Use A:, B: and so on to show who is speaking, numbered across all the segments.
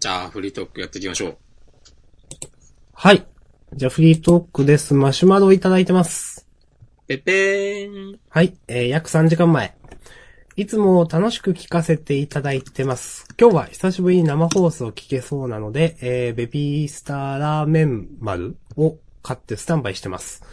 A: じゃあ、フリートークやっていきましょう。
B: はい。じゃあフリートークです。マシュマロをいただいてます。
A: ぺぺーん。
B: はい。えー、約3時間前。いつも楽しく聞かせていただいてます。今日は久しぶりに生放送聞けそうなので、えー、ベビースターラーメン丸を買ってスタンバイしてます。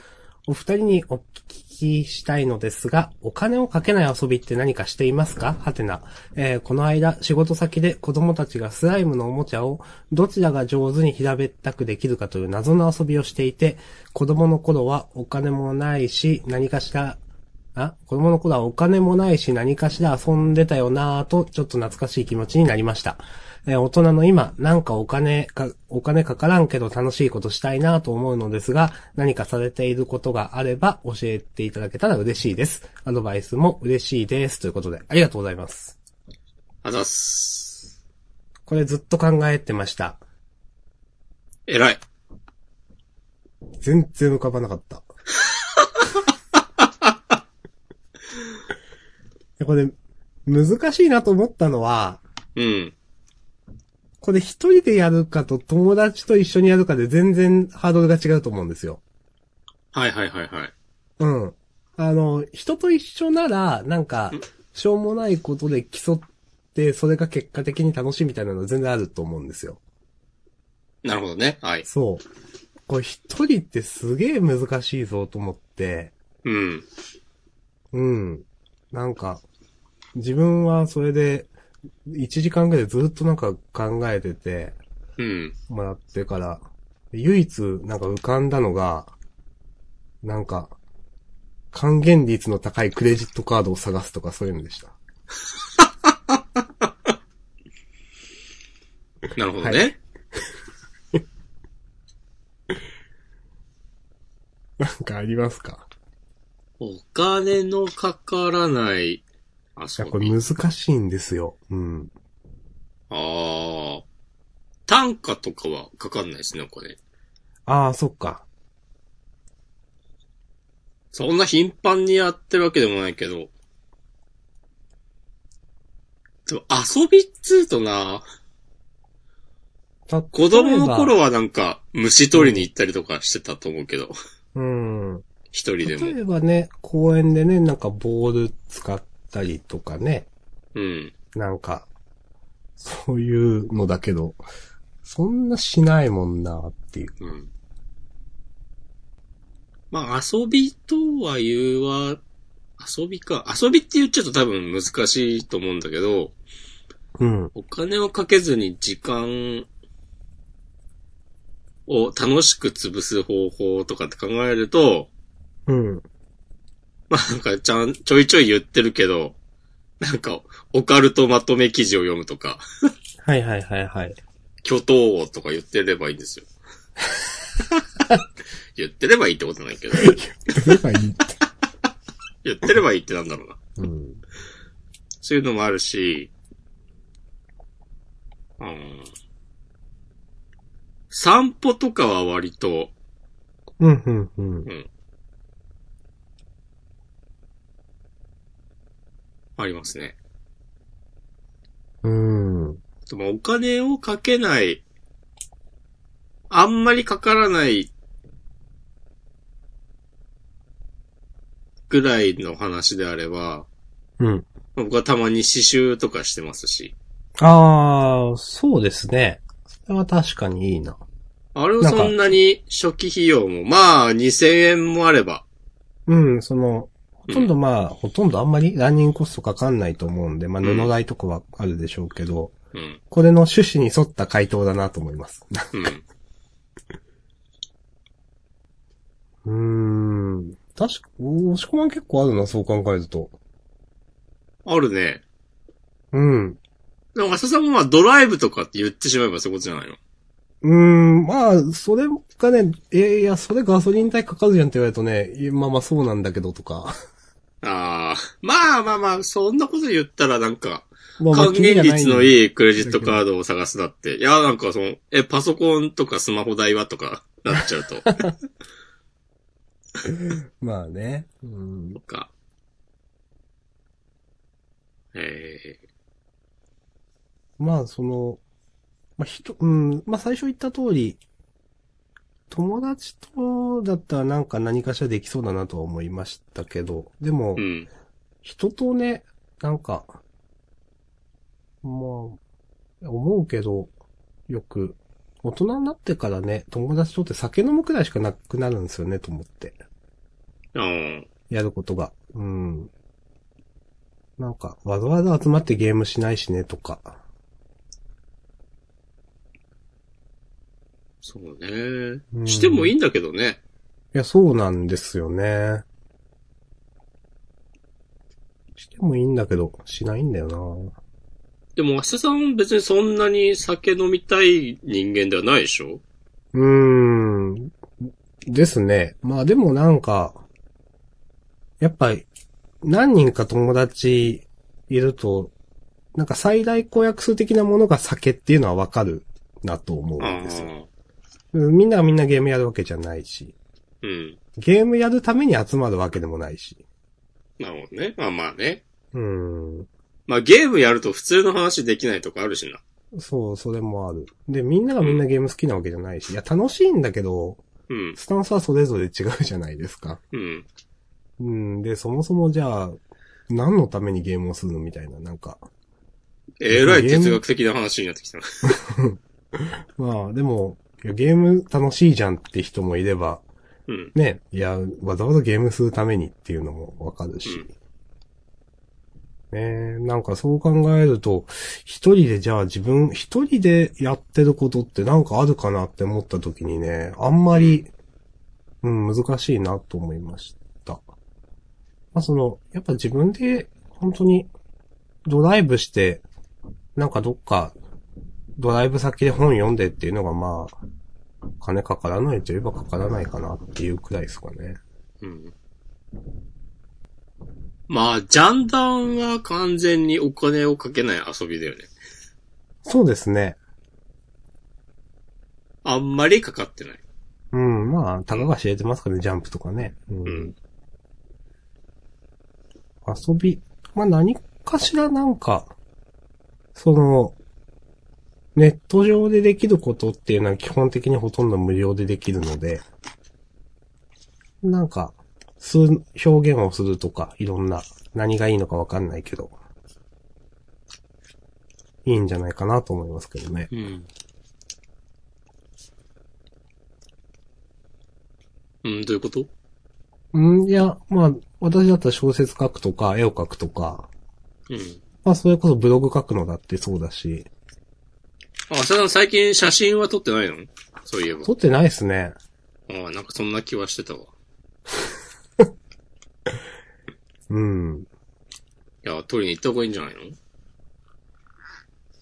B: お二人にお聞きしたいのですが、お金をかけない遊びって何かしていますかはてな。えーこの間、仕事先で子供たちがスライムのおもちゃをどちらが上手に平べったくできるかという謎の遊びをしていて、子供の頃はお金もないし、何かしら、あ子供の頃はお金もないし何かしら遊んでたよなぁと、ちょっと懐かしい気持ちになりました。えー大人の今、なんかお金か、お金かからんけど楽しいことしたいなぁと思うのですが、何かされていることがあれば教えていただけたら嬉しいです。アドバイスも嬉しいです。ということで、ありがとうございます。
A: あざっす。
B: これずっと考えてました。
A: えらい。
B: 全然浮かばなかった。でこれ、難しいなと思ったのは、
A: うん。
B: これ一人でやるかと友達と一緒にやるかで全然ハードルが違うと思うんですよ。
A: はいはいはいはい。
B: うん。あの、人と一緒なら、なんか、しょうもないことで競って、それが結果的に楽しいみたいなのは全然あると思うんですよ。
A: なるほどね。はい。
B: そう。これ一人ってすげえ難しいぞと思って、
A: うん。
B: うん。なんか、自分はそれで、1時間ぐらいずっとなんか考えてて
A: うん。
B: もらってから、唯一なんか浮かんだのが、なんか、還元率の高いクレジットカードを探すとかそういうのでした。
A: なるほど
B: は
A: ね。
B: なんかありますか
A: お金のかからない
B: いや、
A: 遊
B: これ
A: び。
B: 難しいんですよ。うん。
A: ああ。単価とかはかかんないですね、お金。
B: ああ、そっか。
A: そんな頻繁にやってるわけでもないけど。でも遊びっつうとな、子供の頃はなんか虫取りに行ったりとかしてたと思うけど、
B: うん。
A: 一人でも。
B: 例えばね、公園でね、なんかボール使ったりとかね、
A: うん。
B: なんか、そういうのだけど、そんなしないもんなっていう。
A: うん。まあ遊びとは言うは、遊びか。遊びって言っちゃうと多分難しいと思うんだけど、
B: うん。
A: お金をかけずに時間を楽しく潰す方法とかって考えると、
B: うん。
A: まあなんかちゃん、ちょいちょい言ってるけど、なんか、オカルトまとめ記事を読むとか、
B: はいはいはい はい。
A: 巨頭王とか言ってればいいんですよ。言ってればいいってことないけど、
B: 言えばいいって。
A: 言ってればいいってなんだろうな。
B: うん。
A: そういうのもあるし、うん。散歩とかは割と、
B: うん、うん、うん。
A: ありますね。
B: うん。
A: でもお金をかけない、あんまりかからない、ぐらいの話であれば、
B: うん。
A: 僕はたまに刺繍とかしてますし、
B: あー、そうですね。それは確かにいいな。
A: あれは
B: なんか
A: そんなに初期費用も、まあ2000円もあれば、
B: うん、その、ほとんどまあ、ほとんどあんまりランニングコストかかんないと思うんで、まあ、布代とかはあるでしょうけど、
A: うん。
B: これの趣旨に沿った回答だなと思います。
A: うん。
B: うーん。確か、押し込まん結構あるな、そう考えると。
A: あるね。
B: うん。
A: でも、浅さんもまあ、ドライブとかって言ってしまえばそういうことじゃないの
B: うーん、まあ、それがね、えーいや、それガソリン代かかるじゃんって言われるとね、いやまあまあそうなんだけどと か。
A: ああ、まあまあまあ、そんなこと言ったらなんか、
B: まあまあ
A: 還元率の
B: い。
A: いいクレジットカードを探すだって。いや、なんかその、え、パソコンとかスマホ代はとか、なっちゃうと。
B: まあね。うん。
A: か。ええ
B: まあ、その、まあ、人、うん、まあ、最初言った通り、友達とだったらなんか何かしらできそうだなとは思いましたけど、でも、
A: うん。
B: 人とね、なんか、まあ、思うけど、よく、大人になってからね、友達とって酒飲むくらいしかなくなるんですよね、と思って。
A: うん。
B: やることが。うん。なんか、わざわざ集まってゲームしないしね、とか。
A: そうね。
B: うん
A: してもいいんだけどね。
B: いや、そうなんですよね。してもいいんだけど、しないんだよ
A: でも、明日さん別にそんなに酒飲みたい人間ではないでしょ
B: なうーん。ですね。まあでもなんか、やっぱ、何人か友達いると、なんか最大公約数的なものが酒っていうのはわかるなと思
A: う
B: うん
A: ん
B: ですよ。うんみんながみんなゲームやるわけじゃないし、
A: うん。
B: ゲームやるために集まるわけでもないし。
A: なるほどね。まあまあね。
B: うん。
A: まあゲームやると普通の話できないとかあるしな。
B: そう、それもある。で、みんながみんなゲーム好きなわけじゃないし、いや、楽しいんだけど、
A: うん。
B: スタンスはそれぞれ違うじゃないですか。
A: うん。
B: うん、で、そもそもじゃあ、何のためにゲームをするのみたいな、なんか。
A: えらい哲学的な話になってきたな。
B: まあ、でも、いやゲーム楽しいじゃんって人もいれば、
A: うん。
B: ね、いや、わざわざゲームするためにっていうのもわかるし。ねえ、なんかそう考えると、一人でじゃあ自分、一人でやってることってなんかあるかなって思った時にね、あんまり、うん、難しいなと思いました。まあその、やっぱ自分で、本当に、ドライブして、なんかどっか、ドライブ先で本読んでっていうのがまあ、金かからないといえばかからないかなっていうくらいですかね。
A: うん。まあ、ジャンダンは完全にお金をかけない遊びだよね。
B: そうですね。
A: あんまりかかってない。
B: うん、まあ、たかが知れてますからね、ジャンプとかね。うん
A: うん。
B: 遊び。まあ、何かしらなんか、その、ネット上でできることっていうのは基本的にほとんど無料でできるので、なんか、す、表現をするとか、いろんな、何がいいのかわかんないけど、いいんじゃないかなと思いますけどね。
A: うん。うん、どういうこと
B: うん、いや、まあ、私だったら小説書くとか、絵を描くとか、
A: うん。
B: まあ、それこそブログ書くのだってそうだし、
A: あ、浅田さん最近写真は撮ってないのそういえば
B: 撮。ってないですね。
A: ああ、なんかそんな気はしてたわ。
B: うん。
A: いや、撮りに行った方がいいんじゃないの
B: い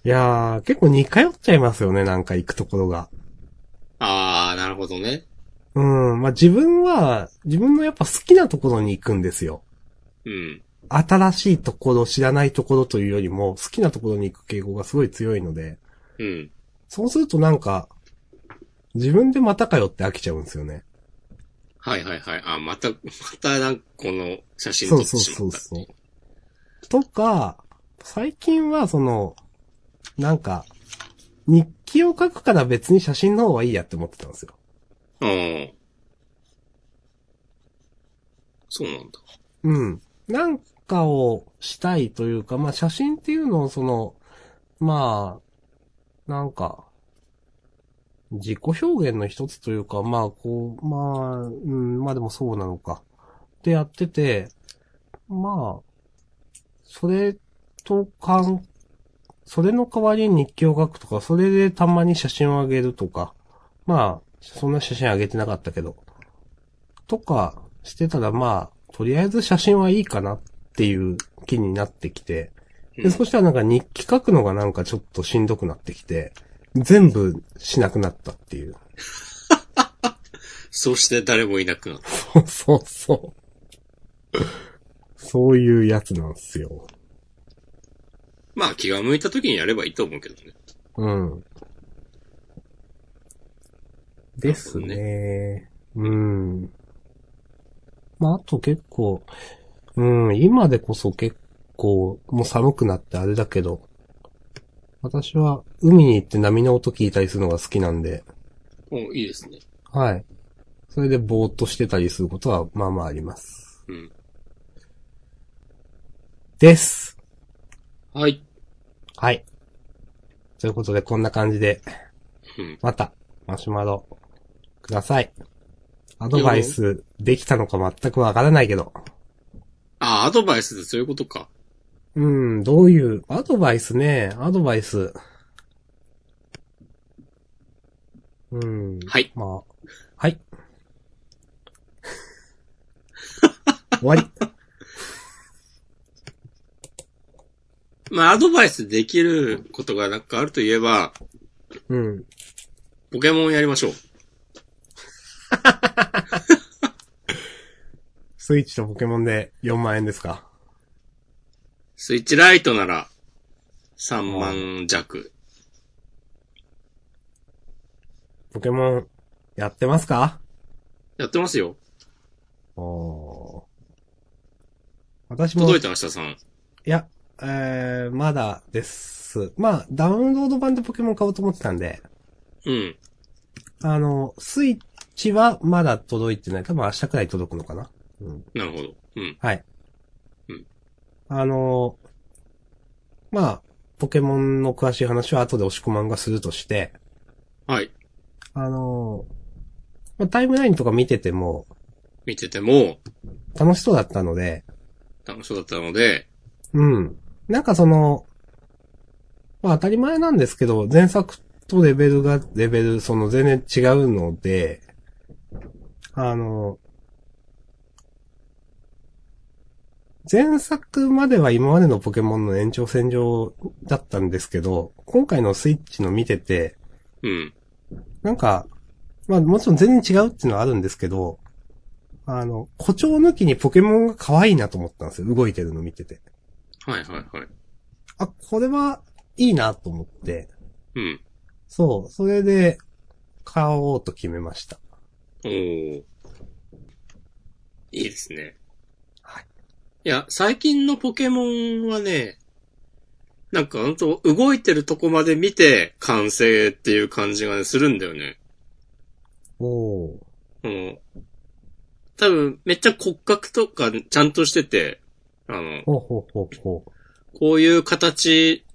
B: やー、結構似通っちゃいますよね、なんか行くところが。
A: ああ、なるほどね。
B: うん、まあ、自分は、自分のやっぱ好きなところに行くんですよ。
A: うん。
B: 新しいところ、知らないところというよりも、好きなところに行く傾向がすごい強いので、
A: うん。
B: そうするとなんか、自分でまたかよって飽きちゃうんですよね。
A: はいはいはい。あ、また、またなんかこの写真撮
B: そ
A: っ
B: う
A: て
B: そう
A: し
B: そ
A: まっ
B: う
A: たってい
B: そ。
A: う
B: とか、最近はその、なんか、日記を書くから別に写真の方がいいやって思ってたんですよ。
A: う。うん。そうなんだ。
B: うん。なんかをしたいというか、まあ写真っていうのをその、まあ、なんか、自己表現の一つというか、まあこう、まあ、うん、まあでもそうなのか。ってやってて、まあ、それとかん、それの代わりに日記を書くとか、それでたまに写真をあげるとか、まあ、そんな写真あげてなかったけど、とかしてたらまあ、とりあえず写真はいいかなっていう気になってきて、
A: う
B: で、
A: ん
B: そしたらなんか日記書くのがなんかちょっとしんどくなってきて、全部しなくなったっていう。
A: そして誰もいなくなった。
B: そうそうそう。そういうやつなんですよ。
A: まあ気が向いた時にやればいいと思うけどね。
B: うん。ですね。うん。まあ、あと結構、うん、今でこそ結構、もう寒くなってあれだけど、私は海に行って波の音聞いたりするのが好きなんで、
A: おいいですね。
B: はい。それでぼーっとしてたりすることは、まあまああります。
A: うん。
B: です。
A: はい。
B: はい。ということで、こんな感じで、
A: うん。
B: また、マシュマロ、ください。アドバイス、できたのか全くわからないけど。
A: あ、アドバイスでそういうことか。
B: うん、どういう、アドバイスね、アドバイス。うん。
A: はい。
B: まあ、はい。終わり。
A: まあ、アドバイスできることがなんかあるといえば、
B: うん。
A: ポケモンやりましょう。
B: スイッチとポケモンで4万円ですか。
A: スイッチライトなら、3万弱。
B: ポケモン、やってますか
A: やってますよ。
B: おー私も、
A: 届
B: い
A: いてました、さん。
B: や、えー、まだです。まあ、ダウンロード版でポケモン買おうと思ってたんで、
A: うん。
B: あの、スイッチはまだ届いてない。多分明日くらい届くのかな。うん。
A: なるほど。うん。
B: はい。
A: うん。
B: あの、まあ、ポケモンの詳しい話は後で押し込まんがするとして、
A: はい。
B: あの、まあ、タイムラインとか見てても
A: 見てても、
B: 楽しそうだったので、
A: 楽しそうだったので、
B: うん。なんかその、まあ当たり前なんですけど、前作とレベルが、レベル、その全然違うので、あの、前作までは今までのポケモンの延長線上だったんですけど、今回のスイッチの見てて、
A: うん。
B: なんか、まあもちろん全然違うっていうのはあるんですけど、あの、誇張抜きにポケモンが可愛いなと思ったんですよ。動いてるの見てて。
A: はいはいはい。
B: あ、これはいいなと思って、
A: うん。
B: そう、それで買おうと決めました。
A: おー。いいですね。
B: はい。
A: いや、最近のポケモンはね、なんか本当動いてるとこまで見て完成っていう感じがね、するんだよね。
B: おお。
A: うん。多分、めっちゃ骨格とかちゃんとしてて、あの、
B: ほうほうほうほ
A: こういう形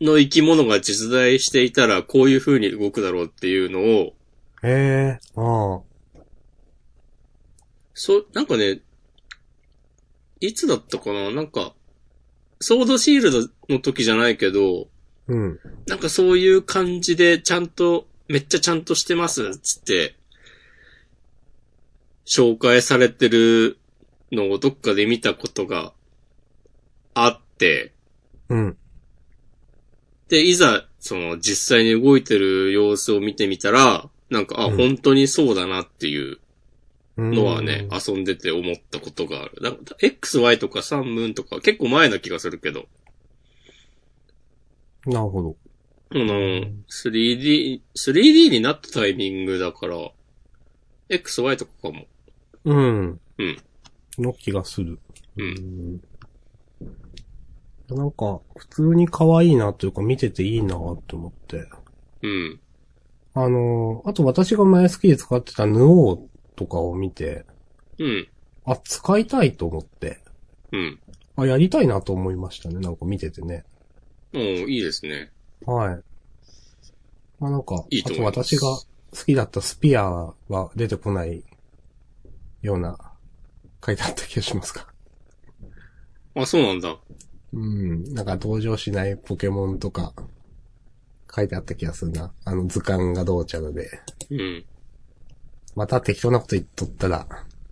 A: の生き物が実在していたら、こういう風に動くだろうっていうのを、
B: う。へえ、ああ。
A: そう、なんかね、いつだったかななんか、ソードシールドの時じゃないけど、
B: うん。
A: なんかそういう感じで、ちゃんと、めっちゃちゃんとしてます、つって、紹介されてるのをどっかで見たことがあって、
B: うん。
A: で、いざ、その、実際に動いてる様子を見てみたら、なんか、あ、
B: うん
A: 本当にそうだなっていう
B: うん
A: のはね、遊んでて思ったことがある。だ XY とかサンムーンとか結構前な気がするけど、
B: なるほど。
A: あの、3D、3D になったタイミングだから、XY とかかも。
B: うん。
A: うん。
B: の気がする。
A: うん
B: ん。なんか、普通に可愛いなというか見てていいなと思って。
A: うん。
B: あのー、あと私が前好きで使ってたヌオーとかを見て、
A: うん。
B: あ、使いたいと思って。
A: うん。
B: あ、やりたいなと思いましたね。なんか見ててね。
A: おーいいですね。
B: はい。まあなんか、
A: いい
B: あ
A: と
B: と
A: 思います
B: 私が好きだったスピアは出てこないような書いてあった気がしますか。
A: あ、そうなんだ。
B: うん。なんか登場しないポケモンとか書いてあった気がするな。あの図鑑がどうちゃらで。
A: うん。
B: また適当なこと言っとったら、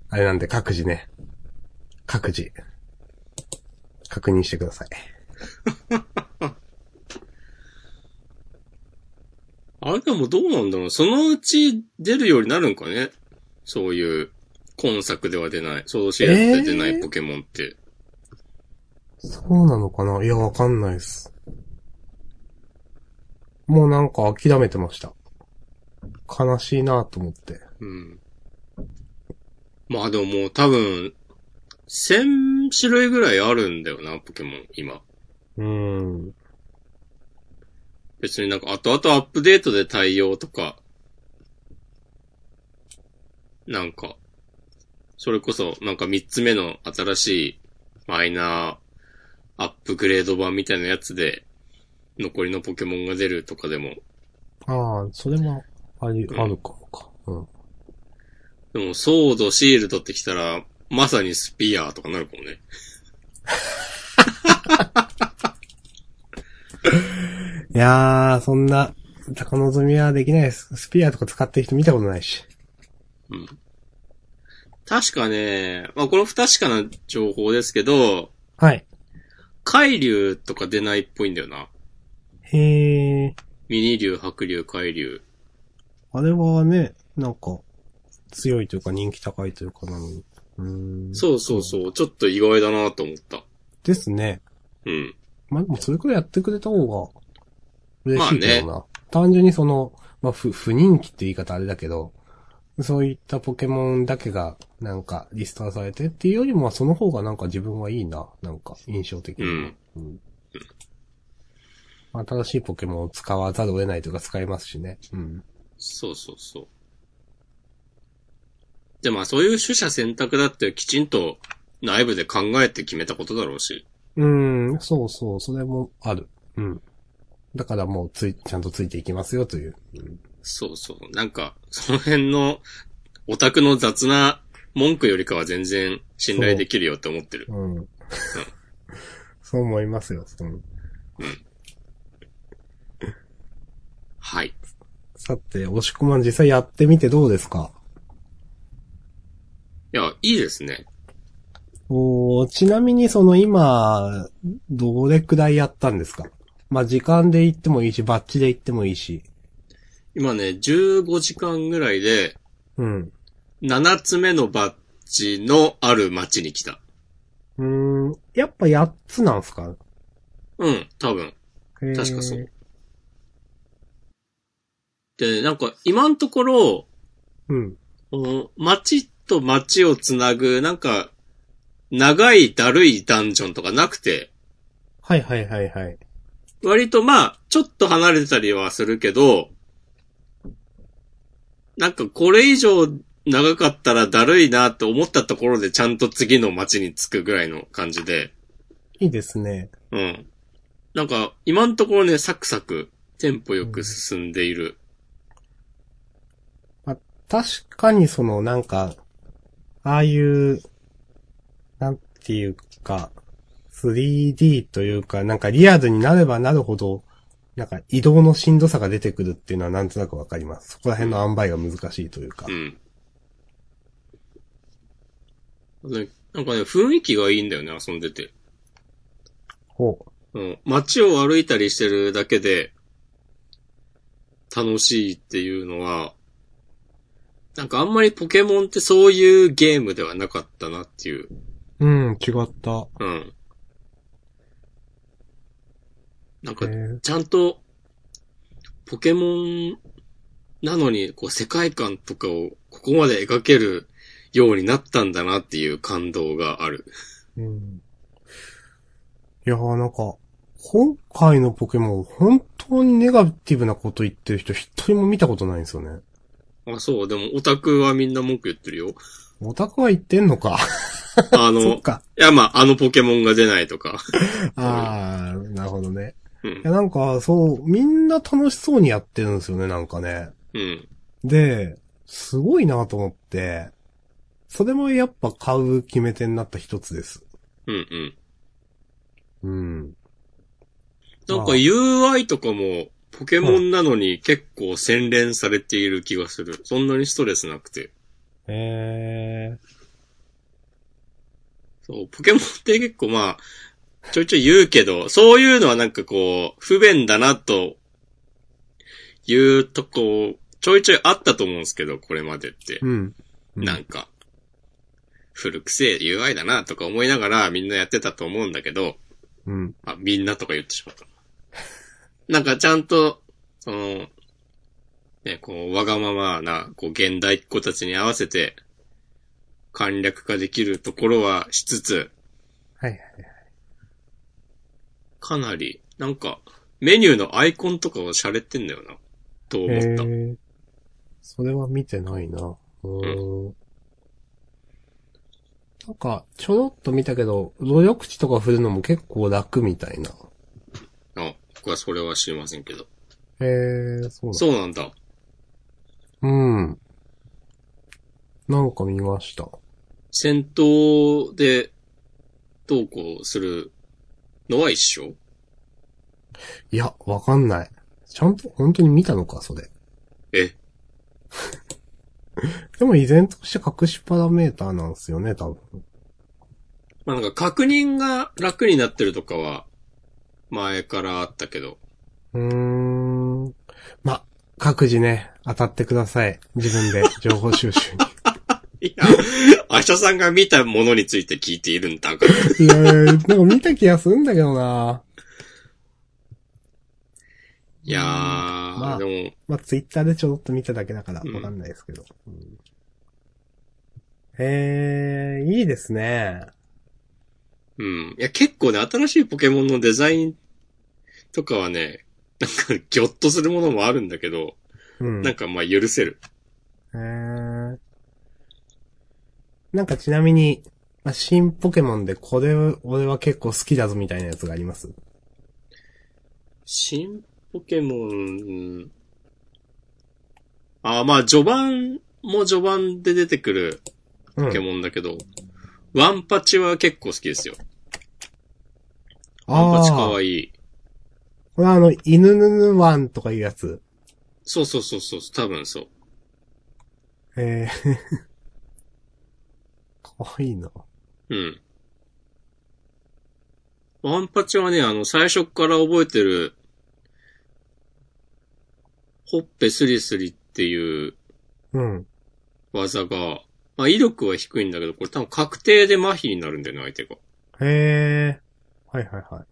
B: あれなんで各自ね。各自。確認してください。
A: あれでもどうなんだろう。そのうち出るようになるんかね。そういう、今作では出ない、ソードシェアでは出な
B: え
A: い
B: ー
A: ポケモンって。
B: そうなのかないや、わかんないっす。もうなんか諦めてました。悲しいなと思って。
A: うん。まあでももう多分、1000種類ぐらいあるんだよな、ポケモン、今。
B: うーん。
A: 別になんか後々アップデートで対応とか、なんか、それこそなんか3つ目の新しいマイナーアップグレード版みたいなやつで残りのポケモンが出るとかでも、
B: ああ、それもあり、
A: うん
B: あるかもか。うん。
A: でもソード、シールドってきたらまさにスピアーとかなるかもね。
B: いやー、そんな、高望みはできないです。スピアとか使ってる人見たことないし。
A: うん。確かね、まあこの不確かな情報ですけど、
B: はい。
A: 海流とか出ないっぽいんだよな。
B: へー。
A: ミニ流、白流、海流。
B: あれはね、なんか、強いというか人気高いというかなのに。うーん。
A: そうそうそう。ちょっと意外だなと思った。
B: ですね。
A: うん。
B: まあでもそれくらいやってくれた方が、嬉しいけどな。単純にその、まあ不、不人気って言い方あれだけど、そういったポケモンだけが、なんか、リスターされてっていうよりも、その方がなんか自分はいいな。なんか、印象的に。
A: うん
B: うん新しいポケモンを使わざるを得ないというか使いますしね。うん。
A: そうそうそう。で、まあそういう取捨選択だってきちんと内部で考えて決めたことだろうし。
B: うん、そうそう、それもある。うん。だからもうつい、ちゃんとついていきますよという。うん
A: そうそう。なんか、その辺のオタクの雑な文句よりかは全然信頼できるよって思ってる。
B: うん。そう思いますよ。うん
A: はい。
B: さて、押し込まん実際やってみてどうですか
A: いや、いいですね。
B: おーちなみにその今、どれくらいやったんですかまあ、時間で言ってもいいし、バッチで言ってもいいし。
A: 今ね、15時間ぐらいで、
B: うん。
A: 7つ目のバッジのある街に来た。
B: うーん、やっぱ8つなんすか
A: うん、多分。
B: 確
A: 確かそう。で、なんか今のところ、
B: うん。
A: この街と街をつなぐ、なんか、長いだるいダンジョンとかなくて、
B: はいはいはいはい。
A: 割とまあ、ちょっと離れてたりはするけど、なんかこれ以上長かったらだるいなって思ったところでちゃんと次の街に着くぐらいの感じで、
B: いいですね。
A: うん。なんか、今のところね、サクサク、テンポよく進んでいる。
B: 確かにそのなんか、ああいう、なんていうか、3D というか、なんかリアルになればなるほど、なんか移動のしんどさが出てくるっていうのはなんとなくわかります。そこら辺の塩梅が難しいというか
A: う。ん。ねなんかね、雰囲気がいいんだよね、遊んでて。
B: ほう。
A: うん、街を歩いたりしてるだけで、楽しいっていうのは、なんかあんまりポケモンってそういうゲームではなかったなっていう。
B: うん、違った。
A: うん。なん
B: え
A: か、ちゃんと、ポケモンなのに、こう世界観とかをここまで描けるようになったんだなっていう感動がある。
B: うん、いやーなんか、今回のポケモン、本当にネガティブなこと言ってる人一人も見たことないんですよね。
A: あ、そう、でもオタクはみんな文句言ってるよ。
B: オタクは言ってんのか。
A: あの、
B: そっ
A: い
B: か。
A: や、まあ、あのポケモンが出ないとか。
B: ああ、なるほどね。
A: うん
B: いや、。なんか、そう、みんな楽しそうにやってるんですよね、なんかね。
A: うん。
B: で、すごいなと思って、それもやっぱ買う決め手になった一つです。
A: うんうん。
B: うん。
A: なんか
B: ああ
A: UI とかも、ポケモンなのに結構洗練されている気がする。そんなにストレスなくて。
B: ええ
A: そう、ポケモンって結構まあ、ちょいちょい言うけど、そういうのはなんかこう、不便だなと、いうとこ、ちょいちょいあったと思うんですけど、これまでって。
B: うん。
A: なんか、古くせえ UI だなとか思いながらみんなやってたと思うんだけど、
B: うん。
A: あ、みんなとか言ってしまった。なんかちゃんと、その、ね、こう、わがままな、こう、現代っ子たちに合わせて、簡略化できるところはしつつ、
B: はいはい。
A: かなり、なんか、メニューのアイコンとかを洒落てんだよな。と思った。
B: へーそれは見てないな。うーん。なんか、ちょろっと見たけど、努力値とか振るのも結構楽みたいな。
A: あ、僕はそれは知りませんけど。
B: へえ、そうだ。
A: そうなんだ。
B: うん。なんか見ました。
A: 戦闘で、どうこうするのは一緒
B: いや、わかんない。ちゃんと本当に見たのか、それ。
A: え、
B: でも依然として隠しパラメーターなんですよね、多分。
A: まあなんか確認が楽になってるとかは、前からあったけど。
B: うーん。ま、各自ね、当たってください。自分 で情報収集に。
A: い や、アシャさんが見たものについて聞いているんだから。
B: いやー、なんか見た気がするんだけどな。
A: いやー、
B: まあ
A: でも、
B: まあ、ツイッターでちょろっと見ただけだから
A: うん
B: わかんないですけど。うんへえ、いいですね。
A: うん。いや、結構ね、新しいポケモンのデザインとかはね、なんか、ぎょっとするものもあるんだけど、
B: うん。
A: なんかまあ許せる。
B: へーなんかちなみに、まあ、新ポケモンでこれ俺は結構好きだぞみたいなやつがあります。
A: 新ポケモン、あーまあ、序盤も序盤で出てくる
B: う
A: ポケ
B: ん。
A: モンだけど、ワンパチは結構好きですよ。ワン
B: あ
A: パチ可
B: あ、
A: 愛い。
B: これはあの、犬ぬぬワンとかいうやつ。
A: そうそうそうそう、多分そう。
B: えー、 かわいいな。
A: うん。ワンパチはね、あの、最初から覚えてる、ほっぺスリスリっていう
B: うん。
A: 技が、まあ、威力は低いんだけど、これ多分確定で麻痺になるんだよね、相手が。
B: へえ、はいはいはい。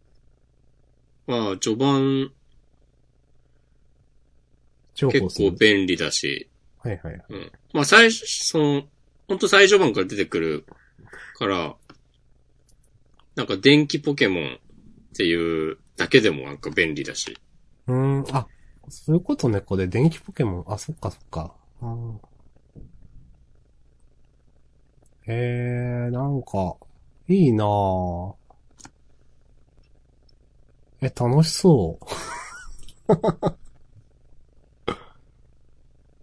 A: まあ、序盤
B: 重宝
A: 結
B: する
A: 構便利だし、
B: はいはいはい。
A: うん。まあ、最初、その、ほんと最序盤から出てくるから、なんか電気ポケモンっていうだけでもなんか便利だし。
B: うーん、あ、そういうことね、これ、電気ポケモン。あ、そっかそっか。うんへえ、なんか、いいなぁ。え、楽しそう。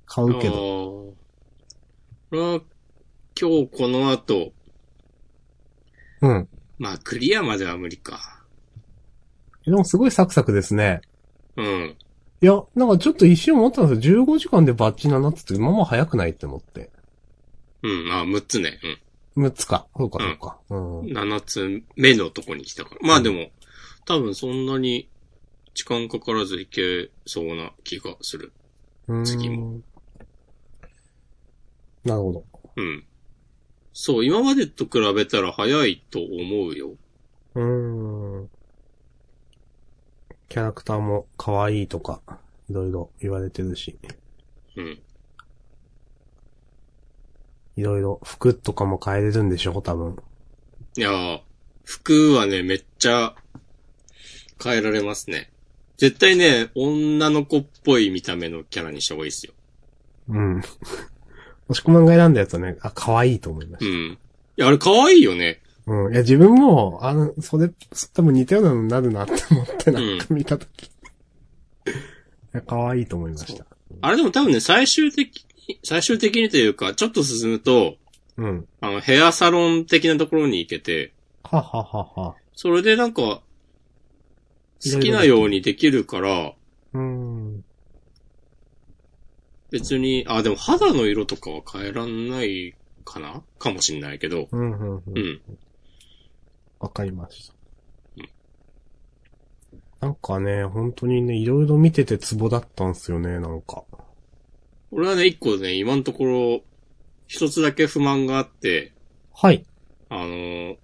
B: 買うけ
A: ど。
B: ど。
A: これは、今日この後、
B: うん。
A: まあ、クリアまでは無理か。
B: でもすごいサクサクですね。
A: うん。
B: いや、なんかちょっと一瞬思ったんですよ。15時間でバッチなってて、まあまあ早くないって思って。
A: うん、あ、6つね。
B: 6つか。そうかそうか。うん
A: うん。。7つ目のとこに来たから。まあでも、多分そんなに時間かからずいけそうな気がする。次
B: も。なるほど。
A: うん。そう、今までと比べたら早いと思うよ。
B: うーん。キャラクターも可愛いとか、いろいろ言われてるし、
A: うん。
B: いろいろ服とかも変えれるんでしょ多分。
A: いやー服はね、めっちゃ変えられますね。絶対ね、女の子っぽい見た目のキャラにした方がいいですよ。
B: うん。 押し込まんが選んだやつはね、あ、可愛いと思いま
A: う
B: し
A: ん。いや、あれ可愛いよね。
B: た。うん。いや、自分も、あの、それ、多分似たようなのになるなって思って、なんか見たと き。いや、可愛いと思いました。
A: あれでも多分ね、最終的に、最終的にというか、ちょっと進むと、
B: うん。
A: あの、ヘアサロン的なところに行けて、
B: はははは。
A: それでなんか、
B: い
A: 好
B: ろいろできる
A: きなようにできるから、
B: うん。
A: 別に、あ、でも肌の色とかは変えらんないかなかもしんないけど。
B: うん、うん、うん
A: う。ん。
B: わかりました
A: うん。
B: なんかね、本当にね、いろいろ見ててツボだったんすよね、なんか。
A: 俺はね、一個ね、今のところ、一つだけ不満があって、
B: はい。
A: あのー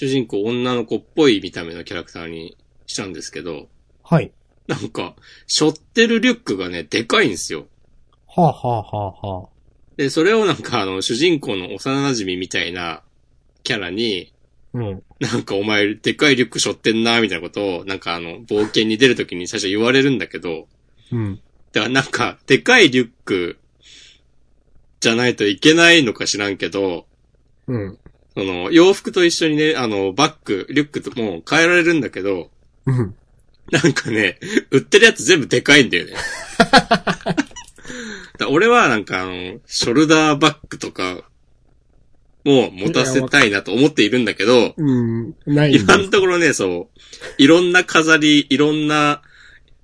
A: 主人公女の子っぽい見た目のキャラクターにしたんですけど、
B: はい。
A: なんか、背負ってるリュックがね、でかいんですよ。
B: はあ、はあはあは
A: で、それをなんかあの、主人公の幼馴染みみたいなキャラに、
B: あ、うん。
A: なんかお前、でっかいリュック背負ってんな、みたいなことを、なんかあの、冒険に出るときに最初言われるんだけど、
B: うん。
A: だからなんか、でかいリュック、じゃないといけないのか知らんけど、
B: うん。
A: その、洋服と一緒にね、あの、バッグ、リュックともう変えられるんだけど、
B: うん。
A: なんかね、売ってるやつ全部でかいんだよね。だから俺はなんかあの、ショルダーバッグとか、もう持たせたいなと思っているんだけど、
B: うん。ないんで
A: 今のところね、そう、いろんな飾り、いろんな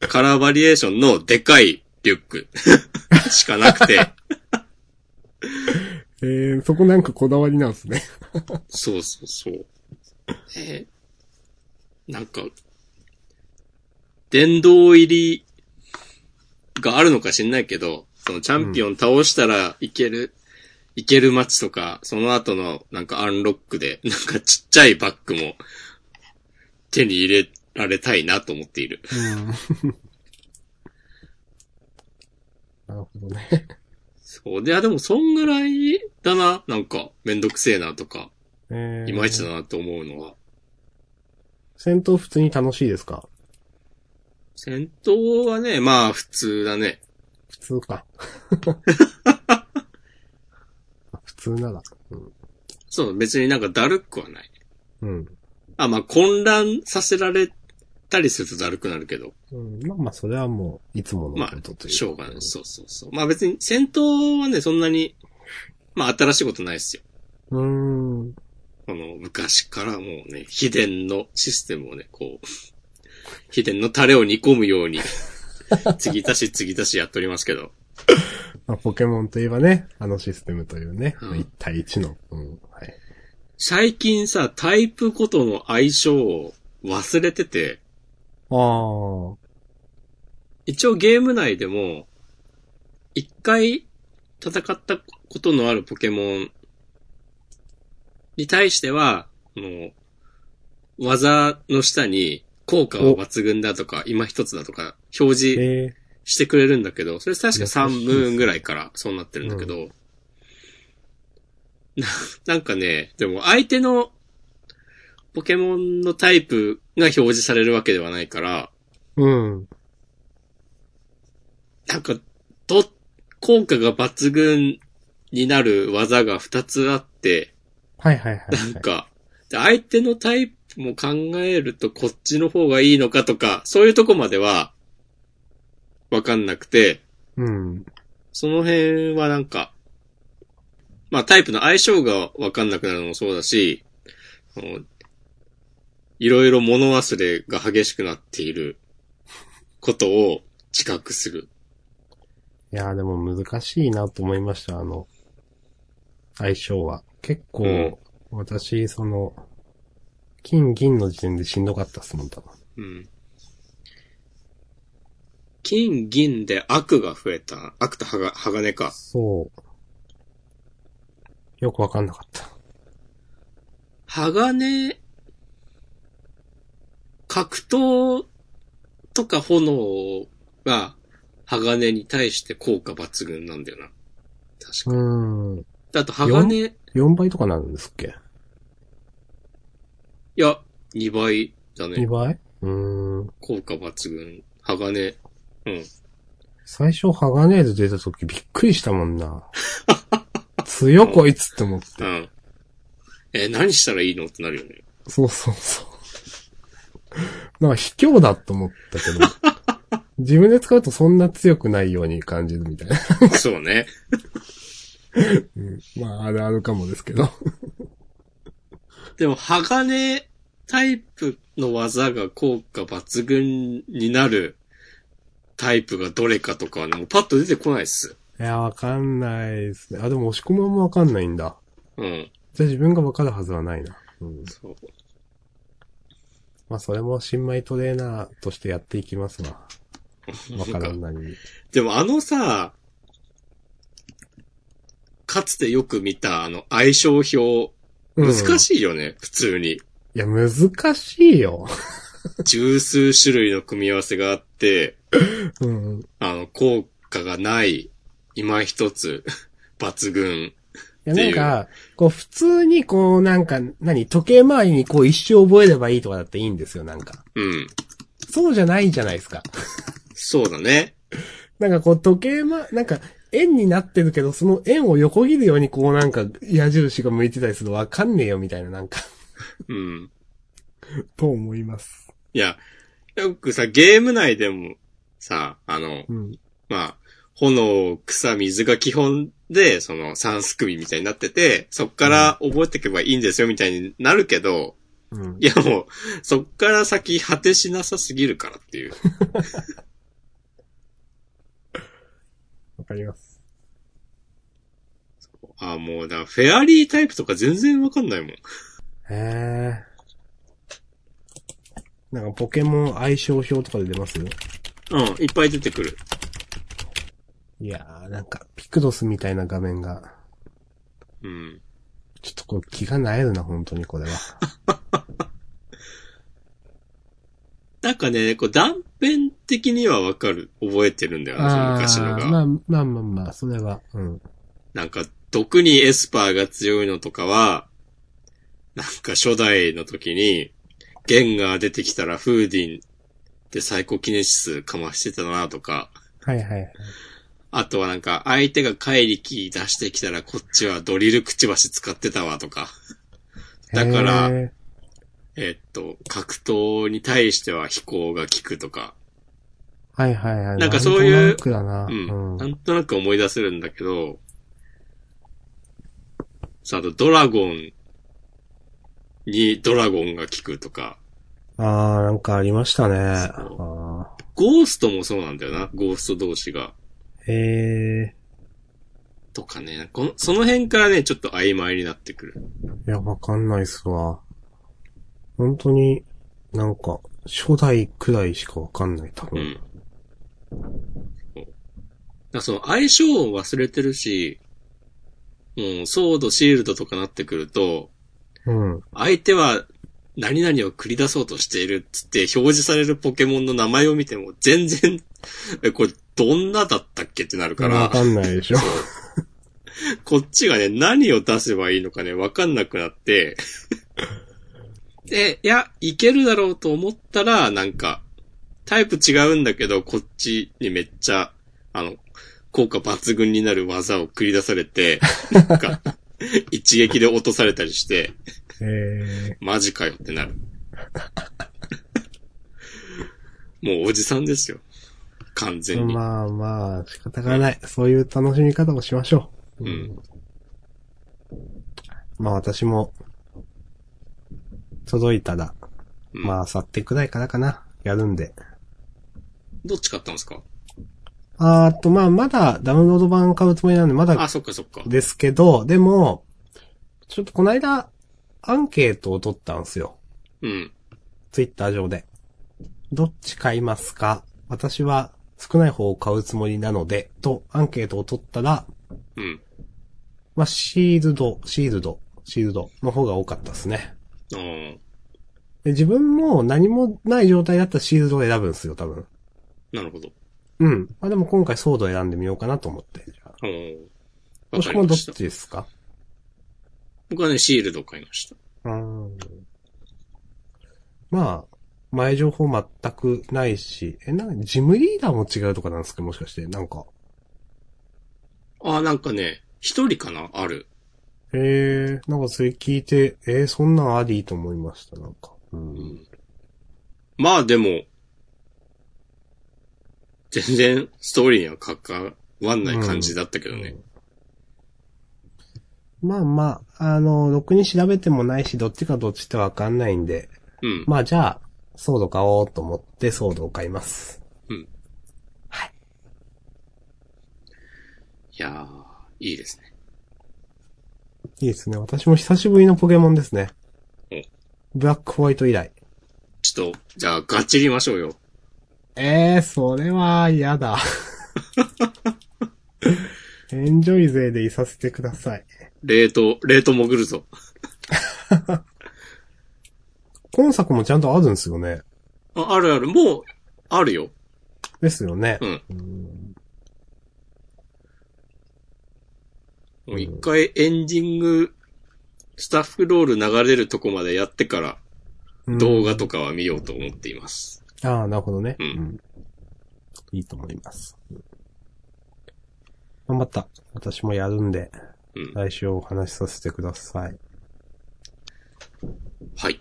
A: カラーバリエーションのでかいリュック しかなくて、
B: えー、そこなんかこだわりなんですね。
A: そうそうそう。えーなんか、殿堂入りがあるのか知んないけど、そのチャンピオン倒したらいける、いける街とか、その後のなんかアンロックで、なんかちっちゃいバッグも手に入れられたいなと思っている。
B: うん。 なるほどね。
A: そう。で、あ、でもそんぐらいだな。なんか、めんどくせえなとか、
B: えー、
A: いまいちだなと思うのは。
B: 戦闘普通に楽しいですか
A: 戦闘はね、まあ普通だね。
B: 普通 か。普通なら。うん。
A: そう、別になんかだるくはない。
B: うん。
A: あ、まあ混乱させられたりするとだるくなるけど、
B: うん、まあまあ、それはもう、いつもの
A: ま
B: こと
A: あ、
B: という。
A: しょうがない。そうそうそう。まあ別に戦闘はね、そんなに、まあ新しいことないですよ。
B: うーん。
A: この昔からもうね、秘伝のシステムをね、こう、秘伝のタレを煮込む ように、継ぎ足し継ぎ足しやっておりますけど。
B: まあ、ポケモンといえばね、あのシステムというね、
A: うん
B: 一対一の。うん。はい。
A: 最近さ、タイプごとの相性を忘れてて、
B: ああ。
A: 一応ゲーム内でも、一回戦ったことのあるポケモンに対しては、あの技の下に効果は抜群だとか、今一つだとか、表示
B: ええ
A: してくれるんだけど、それ確か
B: 優しいですね
A: 3ムーンぐらいからそうなってるんだけど、ななんかね、でも相手のポケモンのタイプが表示されるわけではないから、
B: うん。
A: なんか、と、効果が抜群になる技が2つあって、
B: はいはいはい、
A: なんか、で相手のタイプも考えるとこっちの方がいいのかとか、そういうとこまでは、わかんなくて、
B: うん。
A: その辺はなんか、まあタイプの相性がわかんなくなるのもそうだし、あのいろいろ物忘れが激しくなっていることを自覚する。
B: いやーでも難しいなと思いました、あの、相性は。結構、
A: うん
B: 私、その、金銀の時点でしんどかったっすもん、多分。
A: うん。金、銀で悪が増えた。悪と鋼鋼か。
B: そう。よくわかんなかった。
A: 鋼、格闘とか炎が鋼に対して効果抜群なんだよな。確か。
B: うーん。
A: あと鋼、い
B: 4倍とかなるんですっけ
A: や、2倍だ
B: ?2
A: ね。
B: 倍うーん。
A: 効果抜群。鋼。うん。
B: 最初、ハガネーズ出た時びっくりしたもんな。 強こいつって思っ
A: う
B: て。
A: ん。え、何したらいいのってなるよ ね。
B: そうそうそう。なんか卑怯だと思ったけど。 自分で使うとそんな強くないように感じるみたいな。
A: そうね。
B: うんまあ、あるあるかもですけど。
A: でも、鋼タイプの技が効果抜群になるタイプがどれかとかはね、もうパッと出てこないっす。
B: いや、わかんないですね。あ、でも押し込まんもわかんないんだ。
A: うん。
B: じゃあ自分がわかるはずはないな。うん。
A: そう。
B: まあ、それも新米トレーナーとしてやっていきます わ。わからんなりに。
A: でもあのさ、かつてよく見たあの相性表、難
B: い。
A: しいよね、普通に。
B: いや、難しいよ。
A: 十数種類の組み合わせがあって、
B: うん。
A: あの、効果がない、今一つ、抜群、
B: や、なんか、こう、普通にこう、なんか、何、時計回りにこう、一生覚えればいいとかだっていいんですよ、なんか。
A: うん。
B: そうじゃないじゃないですか。
A: そうだね。
B: なんかこう、時計ま、なんか、円になってるけど、その円を横切るようにこう、なんか、矢印が向いてたりするのわかんねえよ、みたいな、なんか、
A: うん。
B: と思います。
A: いや、よくさ、ゲーム内でもさ、あの、
B: うん。
A: まあ、炎、草、水が基本で、その三すくみみたいになってて、そっから覚えていけばいいんですよみたいになるけど、
B: うん。
A: いやもう、そっから先果てしなさすぎるからっていう。
B: わかります。
A: あ、もう、だからフェアリータイプとか全然わかんないもん。
B: へえ。なんか、ポケモン相性表とかで出ます
A: うん、いっぱい出てくる。
B: いやー、なんか、ピクドスみたいな画面が、
A: うん。
B: ちょっとこう気がなえるな、本当にこれは。
A: なんかね、こう断片的にはわかる。覚えてるんだよな、
B: あ
A: 昔
B: ー
A: のが。
B: まあまあまあまあ、それは。うん。
A: なんか、毒にエスパーが強いのとかは、なんか初代の時に、ゲンガー出てきたらフーディンでサイコキネシスかましてたなとか、
B: はいはいはい。
A: あとはなんか相手が怪力出してきたらこっちはドリルくちばし使ってたわとか、だから
B: へ
A: えっと、格闘に対しては飛行が効くとか、
B: ーはいはいはい。
A: なんかそういう
B: なんとなくだな。
A: うん。
B: う。
A: なんんとなく思い出せるんだけど、さあ、あとドラゴンにドラゴンが効くとか、
B: あー、なんかありましたね。
A: そう
B: あ
A: ゴーストもそうなんだよな、ゴースト同士が。
B: ーへ
A: とかね、この、その辺からね、ちょっと曖昧になってくる。
B: ー。いや、わかんないっすわ。本当に、なんか、初代くらいしかわかんない、多
A: う
B: 分。
A: ん。そうだからその相性を忘れてるし、もう、ソード、シールドとかなってくると、
B: うん。
A: 相手は何々を繰り出そうとしているっつって表示されるポケモンの名前を見ても全然、え、これどんなだったっけってなるか
B: わ
A: ら、
B: かんないで しょ。
A: こっちがね、何を出せばいいのかね、わかんなくな って、で、いや、いけるだろうと思ったら、なんか、タイプ違うんだけど、こっちにめっちゃ、あの、効果抜群になる技を繰り出され て、なんか、一撃で落とされたりして、
B: へー。
A: マジかよって なる。もうおじさんですよ。完全に。
B: まあまあ、仕方がない。そういう楽しみ方をしましょう。
A: うん。
B: まあ私も、届いたら、
A: うん
B: まあ去ってくらいからかな。やるんで。
A: どっち買ったんですか
B: あーっと、まあまだダウンロード版買うつもりなんで、まだ
A: あ、そっかそっか。
B: ですけど、でも、ちょっとこの間、アンケートを取ったんですよ。
A: うん。
B: ツイッター上で。どっち買いますか私は少ない方を買うつもりなので、とアンケートを取ったら、
A: うん。
B: まあシールド、シールド、シールドの方が多かったですね。
A: あー
B: で自分も何もない状態だったらシールドを選ぶんですよ、多分。
A: なるほど。
B: うん。まあでも今回ソードを選んでみようかなと思って。じゃあ
A: おーわ
B: も
A: か
B: し
A: り
B: も
A: ま
B: どっ
A: した。
B: ちですか
A: 僕はね、シールドを買いました。
B: うん。まあ、前情報全くないし、え、なんか、ジムリーダーも違うとかなんですかもしかして、なんか。
A: あー、なんかね、一人かなある。
B: へえ、なんかそれ聞いて、えー、そんなんありと思いました、なんか。うん。
A: まあでも、全然ストーリーには関わんない感じだったけどね。
B: まあまあ、あの、ろくに調べてもないし、どっちかどっちってわかんないんで、
A: うん。
B: まあじゃあ、ソード買おうと思ってソードを買います。
A: いやー、いいですね。
B: いいですね。私も久しぶりのポケモンですね
A: うん。
B: ブラックホワイト以来。
A: ちょっと、じゃあ、ガチりましょうよ。
B: ええー、それは嫌だ。エンジョイ勢でいさせてください。
A: 冷凍、冷凍潜るぞ。
B: 今作もちゃんとあるんですよね。
A: あ、あるある。もう、あるよ。
B: ですよね。
A: うん
B: うん
A: もう一回エンディング、スタッフロール流れるとこまでやってから、
B: うん
A: 動画とかは見ようと思っています。
B: ああ、なるほどね。
A: うん
B: んいいと思います。うん頑張った。私もやるんで、
A: うん。
B: 来週お話しさせてください。
A: はい。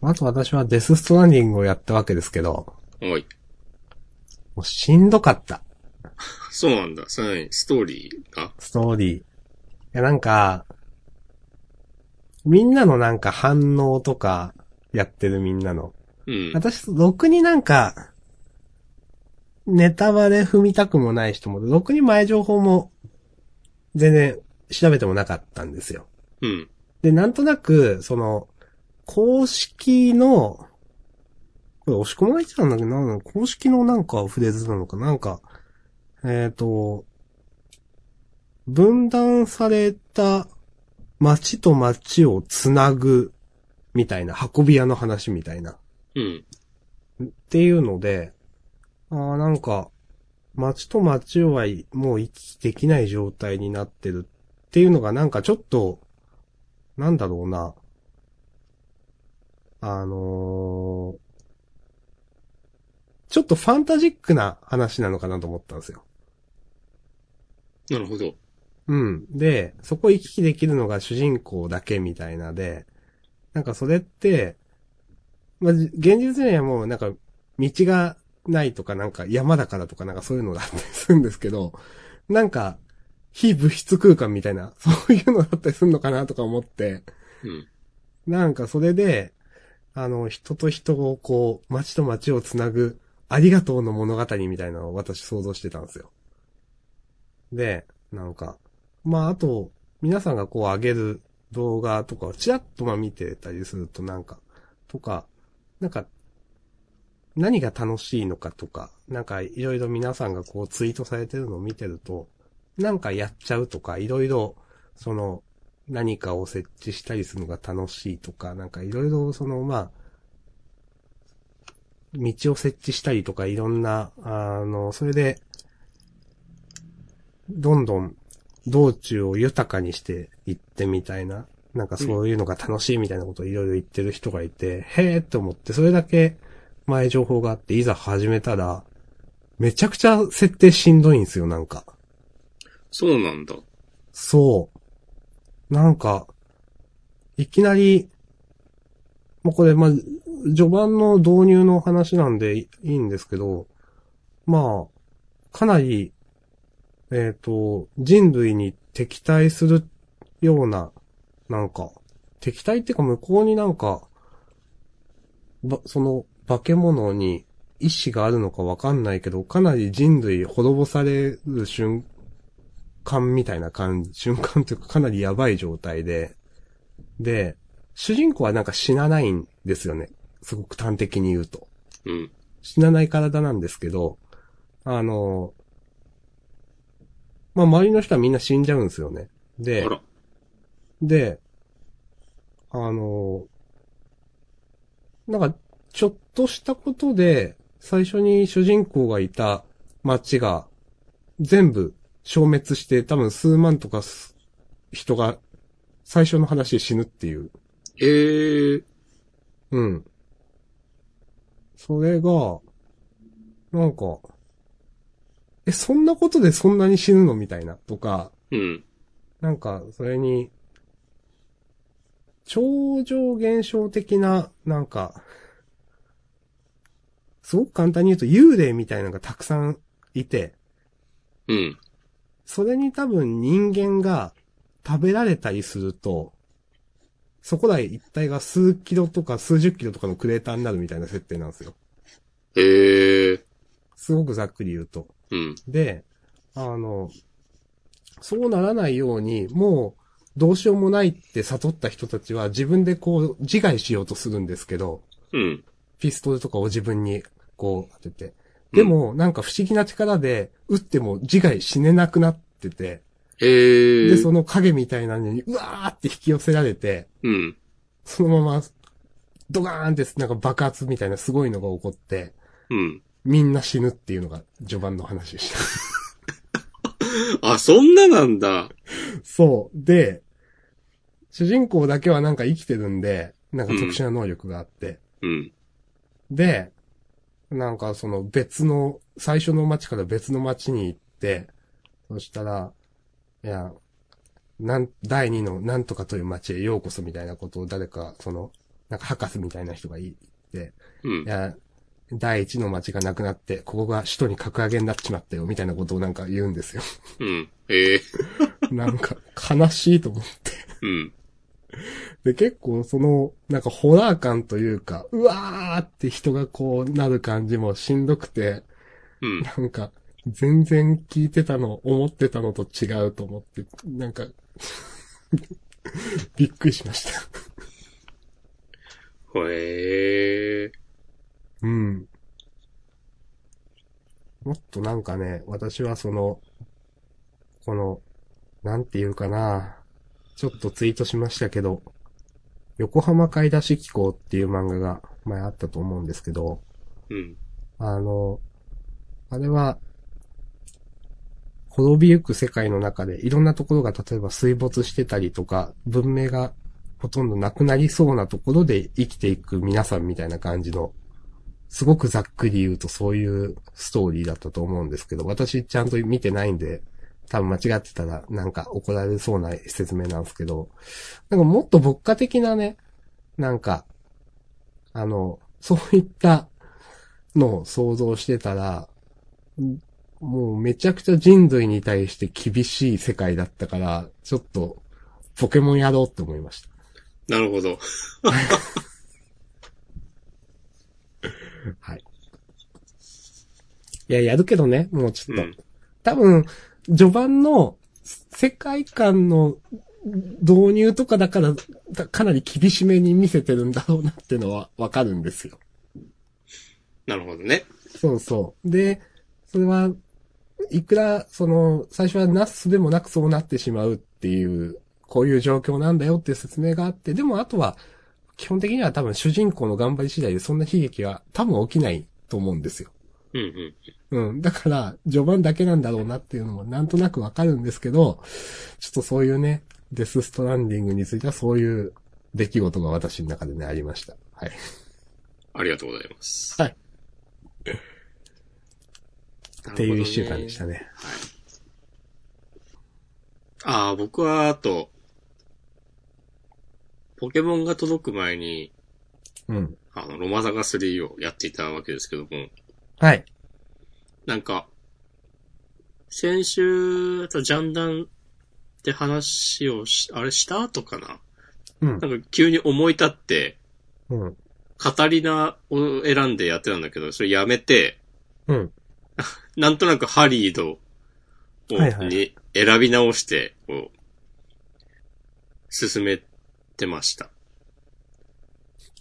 B: あと私はデスストランディングをやったわけですけど、
A: おい。
B: もうしんどかった。
A: そうなんだ。さらに、ストーリーが。
B: ストーリー。いや、なんか、みんなのなんか反応とか、やってるみんなの。
A: うん。
B: 私、ろくになんか、ネタバレ踏みたくもない人も、ろくに前情報も、全然調べてもなかったんですよ。
A: うん。
B: で、なんとなく、その、公式の、これ押し込まれてたんだけど、なんだろう公式のなんかフレーズなのか、なんか、えっ、と、分断された街と街をつなぐ、みたいな、運び屋の話みたいな。
A: うん。
B: っていうので、ああ、なんか、街と街はいもう行き来できない状態になってるっていうのがなんかちょっと、なんだろうな。あのーちょっとファンタジックな話なのかなと思ったんですよ。
A: なるほど。
B: うん。で、そこ行き来できるのが主人公だけみたいなで、なんかそれって、まあ、じ現実にはもうなんか道がないとかなんか山だからとかなんかそういうのだったりするんですけど、なんか非物質空間みたいな、 そういうのだったりするのかなとか思って、
A: うん。
B: なんかそれで、あの、人と人をこう、街と街をつなぐ、ありがとうの物語みたいなのを私想像してたんですよ。で、なんか、まああと、皆さんがこう上げる動画とかをちらっとまあ見てたりするとなんか、とか、なんか、何が楽しいのかとか、なんかいろいろ皆さんがこうツイートされてるのを見てると、なんかやっちゃうとか、いろいろ、その、何かを設置したりするのが楽しいとか、なんかいろいろその、まあ、道を設置したりとかいろんな、あの、それで、どんどん道中を豊かにしていってみたいな、なんかそういうのが楽しいみたいなことをいろいろ言ってる人がいて、へーって思って、それだけ前情報があって、いざ始めたら、めちゃくちゃ設定しんどいんですよ、なんか。
A: そうなんだ。
B: そう。なんか、いきなり、もうこれ、まあ、序盤の導入の話なんでいいいんですけど、まあ、かなり、えっ、と、人類に敵対するような、なんか、敵対っていうか向こうになんか、ば、その、化け物に意志があるのかわかんないけど、かなり人類滅ぼされる瞬間みたいな感じ、瞬間というかかなりやばい状態で、で、主人公はなんか死なないんですよね。すごく端的に言うと。
A: うん。
B: 死なない体なんですけど、あの、まあ、周りの人はみんな死んじゃうんですよね。
A: あ
B: で、
A: ら。
B: で、あの、なんか、ちょっとしたことで、最初に主人公がいた街が、全部消滅して、多分数万とかす人が、最初の話で死ぬっていう。
A: へえ。
B: うん。それが、なんか、え、そんなことでそんなに死ぬのみたいな、とか、
A: うん。
B: なんか、それに、超常現象的な、なんか、すごく簡単に言うと幽霊みたいなのがたくさんいて、
A: うん。
B: それに多分人間が食べられたりすると、そこら一帯が数キロとか数十キロとかのクレーターになるみたいな設定なんですよ。
A: へえ。
B: すごくざっくり言うと。
A: うん。
B: で、あの、そうならないように、もう、どうしようもないって悟った人たちは自分でこう自害しようとするんですけど、
A: うん。
B: ピストルとかを自分にこう当てて。でも、なんか不思議な力で撃っても自害死ねなくなってて、
A: へえ。
B: で、その影みたいなのにうわーって引き寄せられて、
A: うん。
B: そのままドガーンってなんか爆発みたいなすごいのが起こって、
A: うん。
B: みんな死ぬっていうのが序盤の話でした。
A: あ、そんななんだ。
B: そう。で、主人公だけはなんか生きてるんで、なんか特殊な能力があって。
A: うん。
B: で、なんかその別の、最初の町から別の町に行って、そしたら、いや、なん、第二のなんとかという町へようこそみたいなことを誰か、その、なんか博士みたいな人が言って、
A: うん
B: い。や、第一の町がなくなって、ここが首都に格上げになっちまったよ、みたいなことをなんか言うんですよ。
A: うん。ええ
B: なんか、悲しいと思って。
A: うん。
B: で、結構その、なんかホラー感というか、うわーって人がこうなる感じもしんどくて、
A: うん。
B: なんか、全然聞いてたの、思ってたのと違うと思って、なんか、びっくりしました。
A: へえ
B: うん。もっとなんかね、私はその、この、なんていうかな、ちょっとツイートしましたけど、横浜買い出し機構っていう漫画が前あったと思うんですけど、
A: うん。
B: あの、あれは、滅びゆく世界の中で、いろんなところが例えば水没してたりとか、文明がほとんどなくなりそうなところで生きていく皆さんみたいな感じの、すごくざっくり言うとそういうストーリーだったと思うんですけど、私ちゃんと見てないんで、多分間違ってたらなんか怒られそうな説明なんですけど、なんかもっと牧歌的なね、なんか、あの、そういったのを想像してたら、んもうめちゃくちゃ人類に対して厳しい世界だったから、ちょっとポケモンやろうって思いました。
A: なるほど。
B: はい。いや、やるけどね、もうち
A: う
B: ょっと。
A: ん。
B: 多分、序盤の世界観の導入とかだから、だかなり厳しめに見せてるんだろうなってのはわかるんですよ。
A: なるほどね。
B: そうそう。で、それは、いくら、その、最初はナスでもなくそうなってしまうっていう、こういう状況なんだよっていう説明があって、でもあとは、基本的には多分主人公の頑張り次第でそんな悲劇は多分起きないと思うんですよ。
A: うんうん。
B: うん。だから、序盤だけなんだろうなっていうのもなんとなくわかるんですけど、ちょっとそういうね、デスストランディングについてはそういう出来事が私の中でね、ありました。はい。
A: ありがとうございます。
B: はい。
A: っ
B: っていう一週間でしたね。
A: ああ、僕は、あと、ポケモンが届く前に、
B: うん。
A: あの、ロマサガ3をやっていたわけですけども、
B: はい。
A: なんか、先週、あとジャンダンって話をし、あれした後かな
B: うん。
A: なんか急に思い立って、
B: うん。
A: カタリナを選んでやってたんだけど、それやめて、
B: うん。
A: なんとなくハリードを、
B: はいはい
A: に選び直して、こう、進めてました。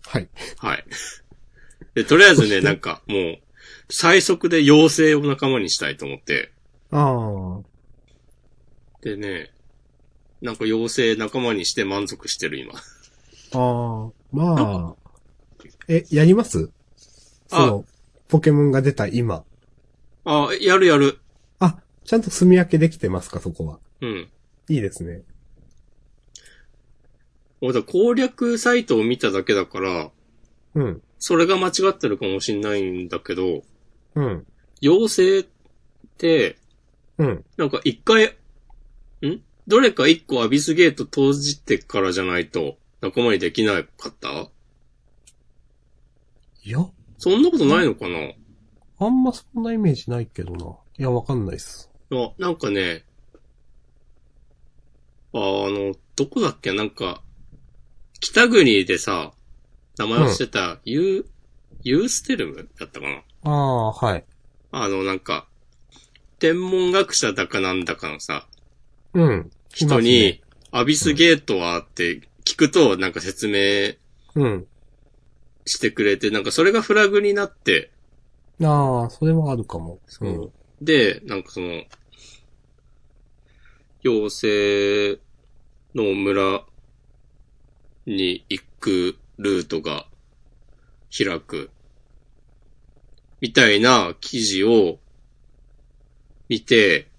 B: はい。
A: はい。で、とりあえず
B: そし
A: ね、
B: て
A: なんか、もう、最速で妖精を仲間にしたいと思って、
B: あ
A: でね、なんか妖精仲間にして満足してる今。
B: あ。ああ。まあ。え、やりますその、ポケモンが出た今。
A: あ、やるやる。
B: あ、ちゃんと住み分けできてますか、そこは。
A: うん。
B: いいですね。
A: 俺だ、攻略サイトを見ただけだから、
B: うん。
A: それが間違ってるかもしんないんだけど、
B: うん。
A: 妖精って、
B: うん。
A: なんか一回、んどれか一個アビスゲート閉じてからじゃないと仲間にできなかった
B: いや、
A: そんなことないのかな、
B: あんまそんなイメージないけどな。いや、わかんないっす。
A: いや、なんかね、あの、どこだっけなんか、北国でさ、名前をしてた、ユー、ユーステルムだったかな
B: ああ、はい。
A: あの、なんか、天文学者だかなんだかのさ、
B: うん。
A: 人
B: い
A: に、アビスゲートはって聞くと、なんか説明
B: ますね。
A: してくれて、なんかそれがフラグになって、
B: うん。ああ、それはあるかも。
A: その、で、なんかその、妖精の村に行くルートが開く、みたいな記事を見て、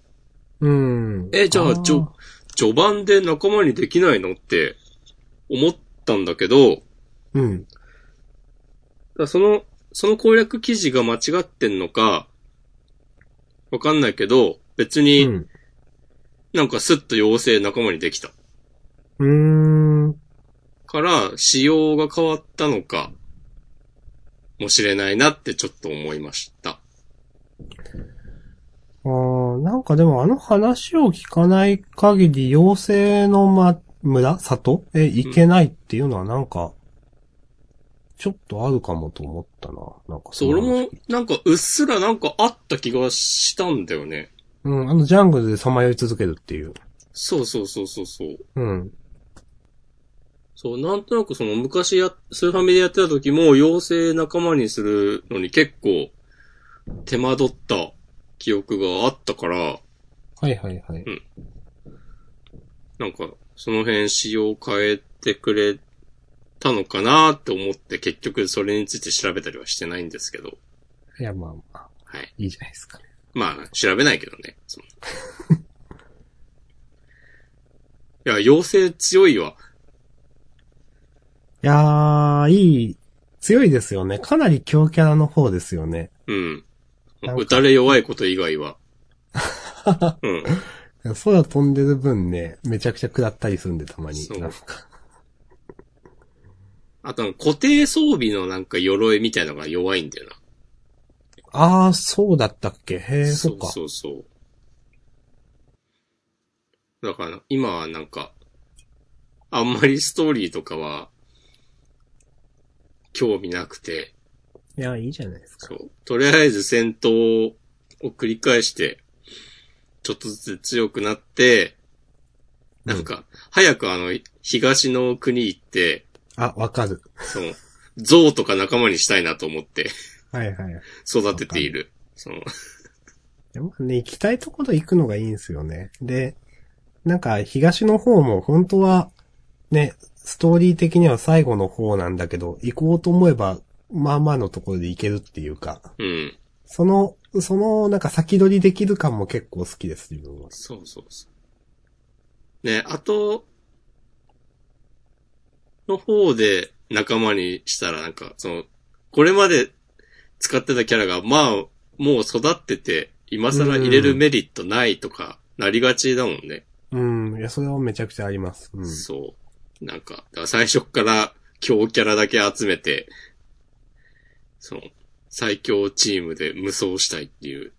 B: うん。
A: え、じゃあ、序、序盤で仲間にできないのって思ったんだけど、だか
B: うん。
A: らその、その攻略記事が間違ってんのか、わかんないけど、別
B: う
A: に
B: ん。
A: なんかスッと妖精仲間にできた。
B: うーん。
A: から、仕様が変わったのか、もしれないなってちょっと思いました。
B: あーなんかでもあの話を聞かない限り、妖精の、ま、村里へ行けないっていうのはなんか、ちょっとあるかもと思ったな。なんか
A: そ
B: の
A: れ
B: 話
A: も、なんか、うっすらなんかあった気がしたんだよね。
B: うん、あのジャングルでさまよい続けるっていう。
A: そうそうそうそうそう。
B: うん。
A: そう、なんとなくその昔や、スーファミでやってた時も、妖精仲間にするのに結構、手間取った記憶があったから、
B: はいはいはい。
A: なんか、その辺仕様を変えてくれたのかなって思って、結局それについて調べたりはしてないんですけど、
B: いや、まあまあ、
A: はい。
B: いいじゃないですか。
A: まあ、調べないけどね。そ んないや、妖精強いわ。
B: いやー、いい、強いですよね。かなり強キャラの方ですよね。
A: うん。
B: なんか
A: 打たれ弱いこと以外 は。うん。
B: 空飛んでる分ね、めちゃくちゃ下ったりするんで、たまに
A: そ。う
B: なんか。
A: あと、固定装備のなんか鎧みたいのが弱いんだよな。
B: あー、そうだったっけへー、そっか。
A: そうそうそう。だから、今はなんか、あんまりストーリーとかは、興味なくて、
B: いや、いいじゃないですか。
A: そう。とりあえず戦闘を繰り返して、ちょっとずつ強くなって、なんか、早くあの、東の国行って、
B: あ、わかる。
A: その、象とか仲間にしたいなと思って
B: はいはい。い
A: 育てている。その、
B: やまあね、行きたいところ行くのがいいんですよね。で、なんか、東の方も本当は、ね、ストーリー的には最後の方なんだけど、行こうと思えば、まあまあのところで行けるっていうか、
A: うん。
B: その、その、なんか先取りできる感も結構好きです、自分は。
A: そうそうそう。ね、あと、の方で仲間にしたらなんか、その、これまで使ってたキャラが、まあ、もう育ってて、今更入れるメリットないとか、なりがちだもんね。
B: うん、いや、それはめちゃくちゃあります。うん。
A: そう。なんか、だから最初っから強キャラだけ集めて、その、最強チームで無双したいっていう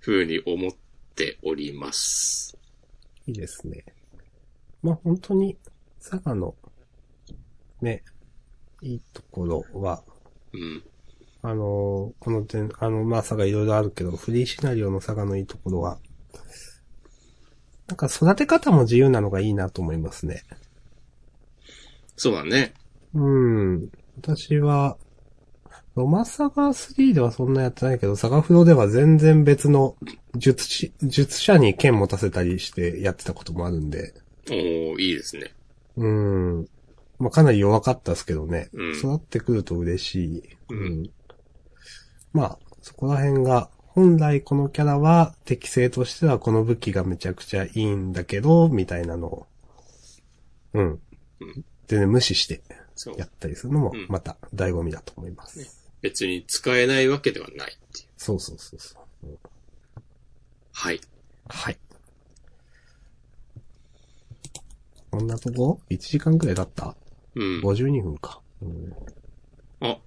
A: 風に思っております。
B: いいですね。まあ、本当に、佐賀の、ね、いいところは、
A: うん。
B: あのーこの点、あの、まあ、佐賀いろいろあるけど、フリーシナリオの佐賀のいいところは、なんか育て方も自由なのがいいなと思いますね。
A: そうだね。
B: うん。私は、ロマサガ3ではそんなやってないけど、サガフロでは全然別の術師、術者に剣持たせたりしてやってたこともあるんで、
A: おおいいですね。
B: うん。まあ、かなり弱かったですけどね。
A: うん
B: 育ってくると嬉しい。
A: うん
B: まあ、そこら辺が、本来このキャラは適性としてはこの武器がめちゃくちゃいいんだけど、みたいなのを。う
A: う
B: ん。
A: ん
B: 全然無視して
A: そう。
B: やったりするのも
A: うん、
B: また醍醐味だと思います。
A: 別に使えないわけではないっていう。
B: そうそうそうそう。うん
A: はい。
B: はい。こんなとこ ?1 時間くらいだった
A: うん。
B: ?52 分か。うん
A: あ、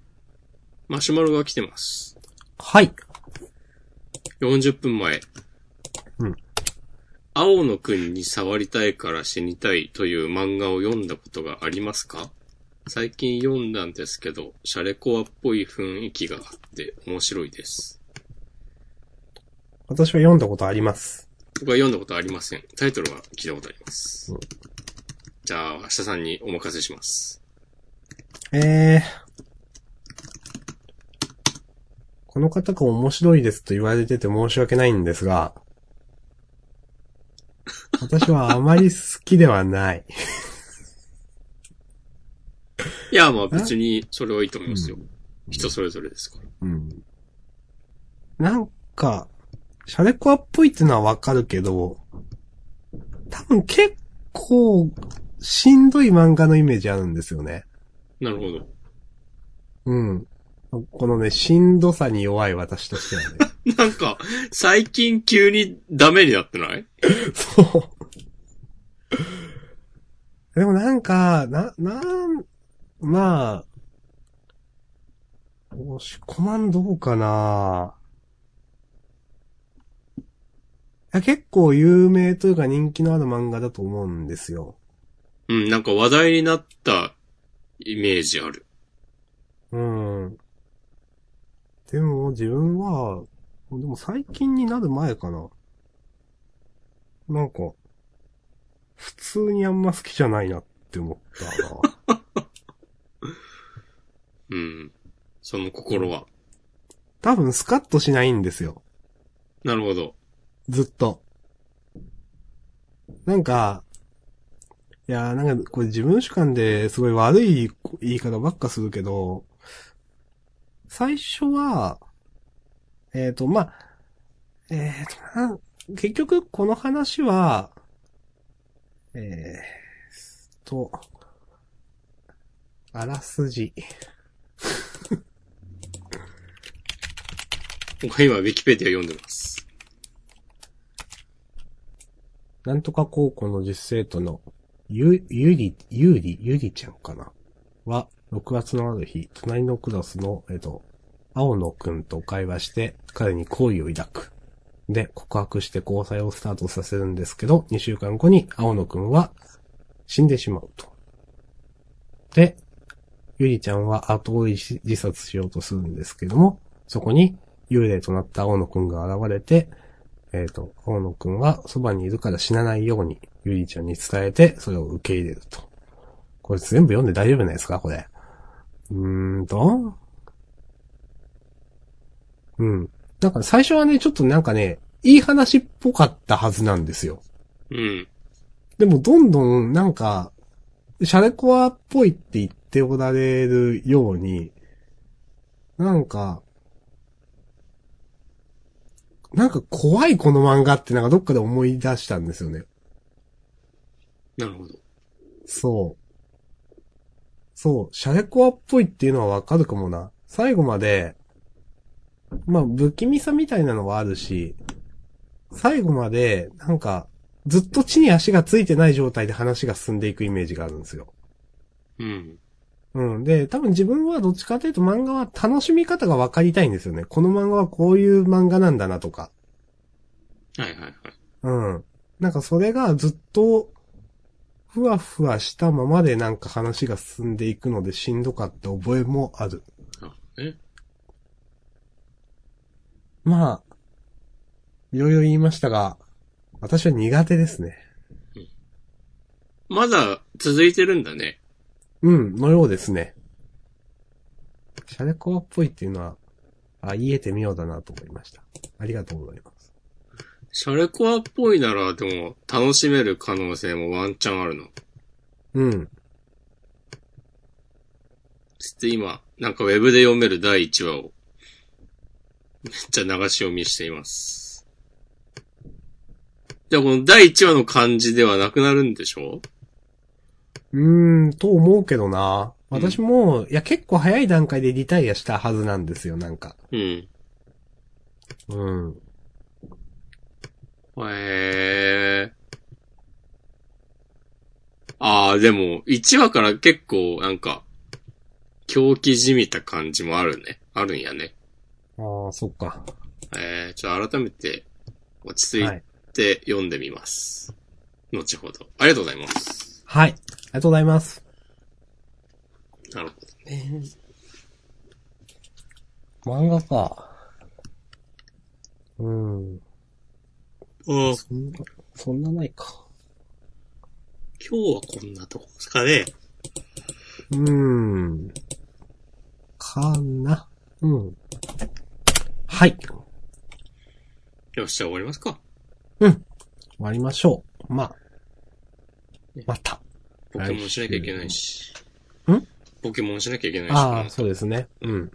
A: マシュマロが来てます。
B: はい。
A: 40分前。
B: うん。
A: 青野くんに触りたいから死にたいという漫画を読んだことがありますか最近読んだんですけど、シャレコアっぽい雰囲気があって面白いです。
B: 私は読んだことあります。
A: 僕は読んだことありません。タイトルは聞いたことあります
B: うん。
A: じゃあ、明日さんにお任せします。
B: えー。この方が面白いですと言われてて申し訳ないんですが、私はあまり好きではない。
A: いや、まあ別にそれはいいと思いますよ。人それぞれですから。
B: うん。なんか、シャレコアっぽいっていうのはわかるけど、多分結構、しんどい漫画のイメージあるんですよね。
A: なるほど。
B: うん。このね、しんどさに弱い私としてはね。
A: なんか、最近急にダメになってない
B: そう。でもなんか、な、なん、まあ、押し込まんどうかないや結構有名というか人気のある漫画だと思うんですよ。
A: うん、なんか話題になったイメージある。
B: うん。でも自分は、でも最近になる前かな。なんか、普通にあんま好きじゃないなって思ったな。
A: うん。その心は。
B: 多分スカッとしないんですよ。
A: なるほど。
B: ずっと。なんか、いやーなんかこれ自分主観ですごい悪い言い方ばっかするけど、最初は、えっ、と、まあ、えっ、となん、結局この話は、えー、と、あらすじ。
A: 僕は今、ウィキペディア読んでます。
B: なんとか高校の実生徒のゆ、ゆり、ゆり、ゆりちゃんかなは、6月のある日、隣のクラスの、えっと、青野くんと会話して、彼に好意を抱く。で、告白して交際をスタートさせるんですけど、2週間後に青野くんは死んでしまうと。で、ゆりちゃんは後追いし自殺しようとするんですけども、そこに幽霊となった青野くんが現れて、えっ、と、青野くんはそばにいるから死なないように、ゆりちゃんに伝えて、それを受け入れると。これ全部読んで大丈夫なんですかこれ。うーんと。うん。なんか最初はね、ちょっとなんかね、いい話っぽかったはずなんですよ。
A: うん。
B: でもどんどんなんか、シャレコアっぽいって言っておられるように、なんか、なんか怖いこの漫画ってなんかどっかで思い出したんですよね。
A: なるほど。
B: そう。そう、シャレコアっぽいっていうのはわかるかもな。最後まで、まあ、不気味さみたいなのはあるし、最後まで、なんか、ずっと地に足がついてない状態で話が進んでいくイメージがあるんですよ。
A: うん。
B: うん。で、多分自分はどっちかというと漫画は楽しみ方がわかりたいんですよね。この漫画はこういう漫画なんだなとか。
A: はいはいはい。
B: うん。なんかそれがずっと、ふわふわしたままでなんか話が進んでいくのでしんどかった覚えもある。
A: あ、え
B: まあ、いろいろ言いましたが、私は苦手ですね。
A: まだ続いてるんだね。
B: うん、のようですね。シャレコアっぽいっていうのは、あ、言えてみようだなと思いました。ありがとうございます。
A: シャレコアっぽいなら、でも、楽しめる可能性もワンチャンあるの。
B: うん。
A: ちょっと今、なんかウェブで読める第1話を、めっちゃ流し読みしています。じゃあこの第1話の感じではなくなるんでしょ
B: うーん、と思うけどな。私も、いや、結構早い段階でリタイアしたはずなんですよ、なんか。
A: うん。
B: うん。
A: へえ。ああ、でも、1話から結構、なんか、狂気じみた感じもあるね。あるんやね。
B: ああ、そっか。
A: えー、ちょっと改めて、落ち着
B: はい
A: い。て読んでみます。後ほど。ありがとうございます。
B: はい。ありがとうございます。
A: なるほど。
B: 漫画か。うん。
A: うん。
B: そんな、そんなないか。
A: 今日はこんなとこですかね。
B: うーん。かな。うん。はい。終
A: よっしゃ、終わりますか。
B: わりましょう。まあ。また。
A: ポケモンしなきゃいけないし。
B: ん
A: ポケモンしなきゃいけないし。
B: ああ、そうですね。うん。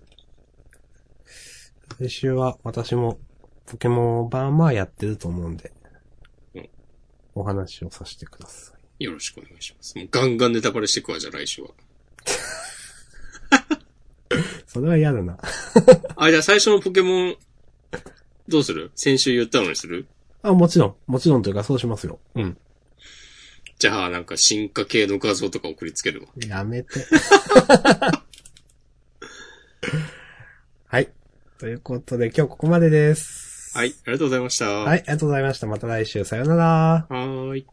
B: 来週は私もポケモンバーまあやってると思うんで
A: うん、
B: お話をさせてください。
A: よろしくお願いします。もうガンガンネタバレしてくわ、じゃあ来週は。
B: それは嫌だな。
A: あ、じゃあ最初のポケモン、どうする先週言ったのにする
B: あ、もちろん。もちろんというか、そうしますよ。うん。
A: じゃあなんか進化系の画像とか送りつけるわ。
B: やめて。 はい。ということで、今日ここまでです。
A: はい、ありがとうございました。
B: はい、ありがとうございました。また来週、さようなら。
A: はーい。